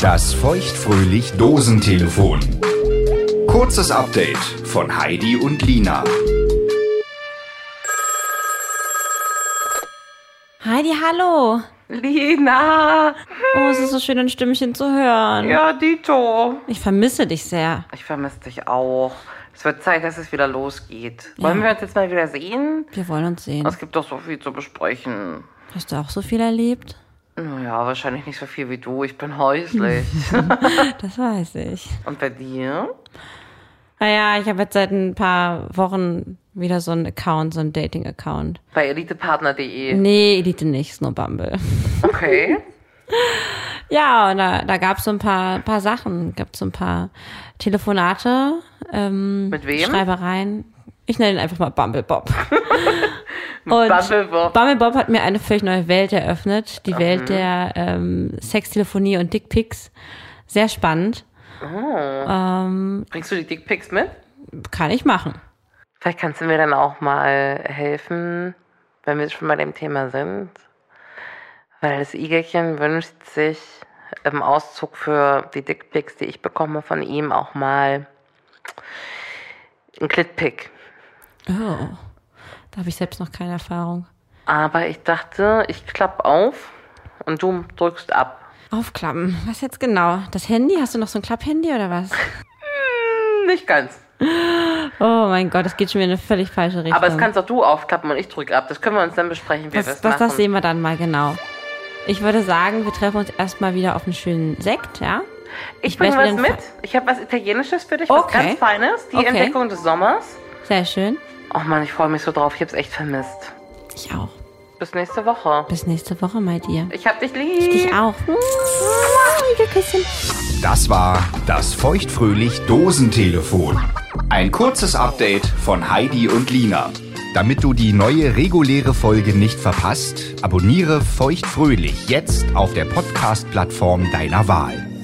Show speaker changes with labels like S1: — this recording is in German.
S1: Das feuchtfröhlich Dosentelefon. Kurzes Update von Heidi und Lina.
S2: Heidi, hallo.
S3: Lina!
S2: Oh, es ist so schön, ein Stimmchen zu hören.
S3: Ja, Dito.
S2: Ich vermisse dich sehr.
S3: Ich vermisse dich auch. Es wird Zeit, dass es wieder losgeht. Wollen wir uns jetzt mal wieder sehen?
S2: Wir wollen uns sehen.
S3: Es gibt doch so viel zu besprechen.
S2: Hast du auch so viel erlebt?
S3: Naja, wahrscheinlich nicht so viel wie du. Ich bin häuslich.
S2: Das weiß ich.
S3: Und bei dir?
S2: Naja, ich habe jetzt seit ein paar Wochen wieder so einen Account, so einen Dating-Account.
S3: Bei elitepartner.de.
S2: Nee, Elite nicht, nur Bumble.
S3: Okay.
S2: Ja, und da, da gab es so ein paar, paar Sachen. Gab so ein paar Telefonate, ähm,
S3: Mit wem?
S2: Schreibereien. Ich nenne ihn einfach mal Bumble Bob. Und
S3: Bumble Bob.
S2: Bumble Bob hat mir eine völlig neue Welt eröffnet. Die Welt der ähm, Sextelefonie und Dickpics. Sehr spannend.
S3: Bringst du die Dickpics mit?
S2: Kann ich machen.
S3: Vielleicht kannst du mir dann auch mal helfen, wenn wir schon bei dem Thema sind. Weil das Igelchen wünscht sich im Auszug für die Dickpics, die ich bekomme von ihm, auch mal ein Klitpick.
S2: Oh. Da habe ich selbst noch keine Erfahrung.
S3: Aber ich dachte, ich klapp auf und du drückst ab.
S2: Aufklappen. Was jetzt genau? Das Handy? Hast du noch so ein Klapphandy oder was?
S3: Hm, Nicht ganz.
S2: Oh mein Gott, das geht schon wieder in eine völlig falsche Richtung.
S3: Aber das kannst auch du aufklappen und ich drück ab. Das können wir uns dann besprechen, wie wir
S2: das,
S3: das
S2: das, das
S3: machen.
S2: sehen wir dann mal genau. Ich würde sagen, wir treffen uns erstmal wieder auf einen schönen Sekt, ja?
S3: Ich
S2: weiß
S3: bringe was
S2: wieder einen
S3: mit. Ich habe was Italienisches für dich, was
S2: Okay.
S3: ganz Feines. Die
S2: Okay.
S3: Entdeckung des Sommers.
S2: Fa- Sehr schön.
S3: Oh Mann, ich freue mich so drauf. Ich hab's echt vermisst.
S2: Ich auch.
S3: Bis nächste Woche.
S2: Bis nächste Woche, my dear.
S3: Ich hab dich lieb.
S2: Dich auch. Küsschen.
S1: Das war das feuchtfröhlich Dosentelefon. Ein kurzes Update von Heidi und Lina. Damit du die neue reguläre Folge nicht verpasst, abonniere feuchtfröhlich jetzt auf der Podcast-Plattform deiner Wahl.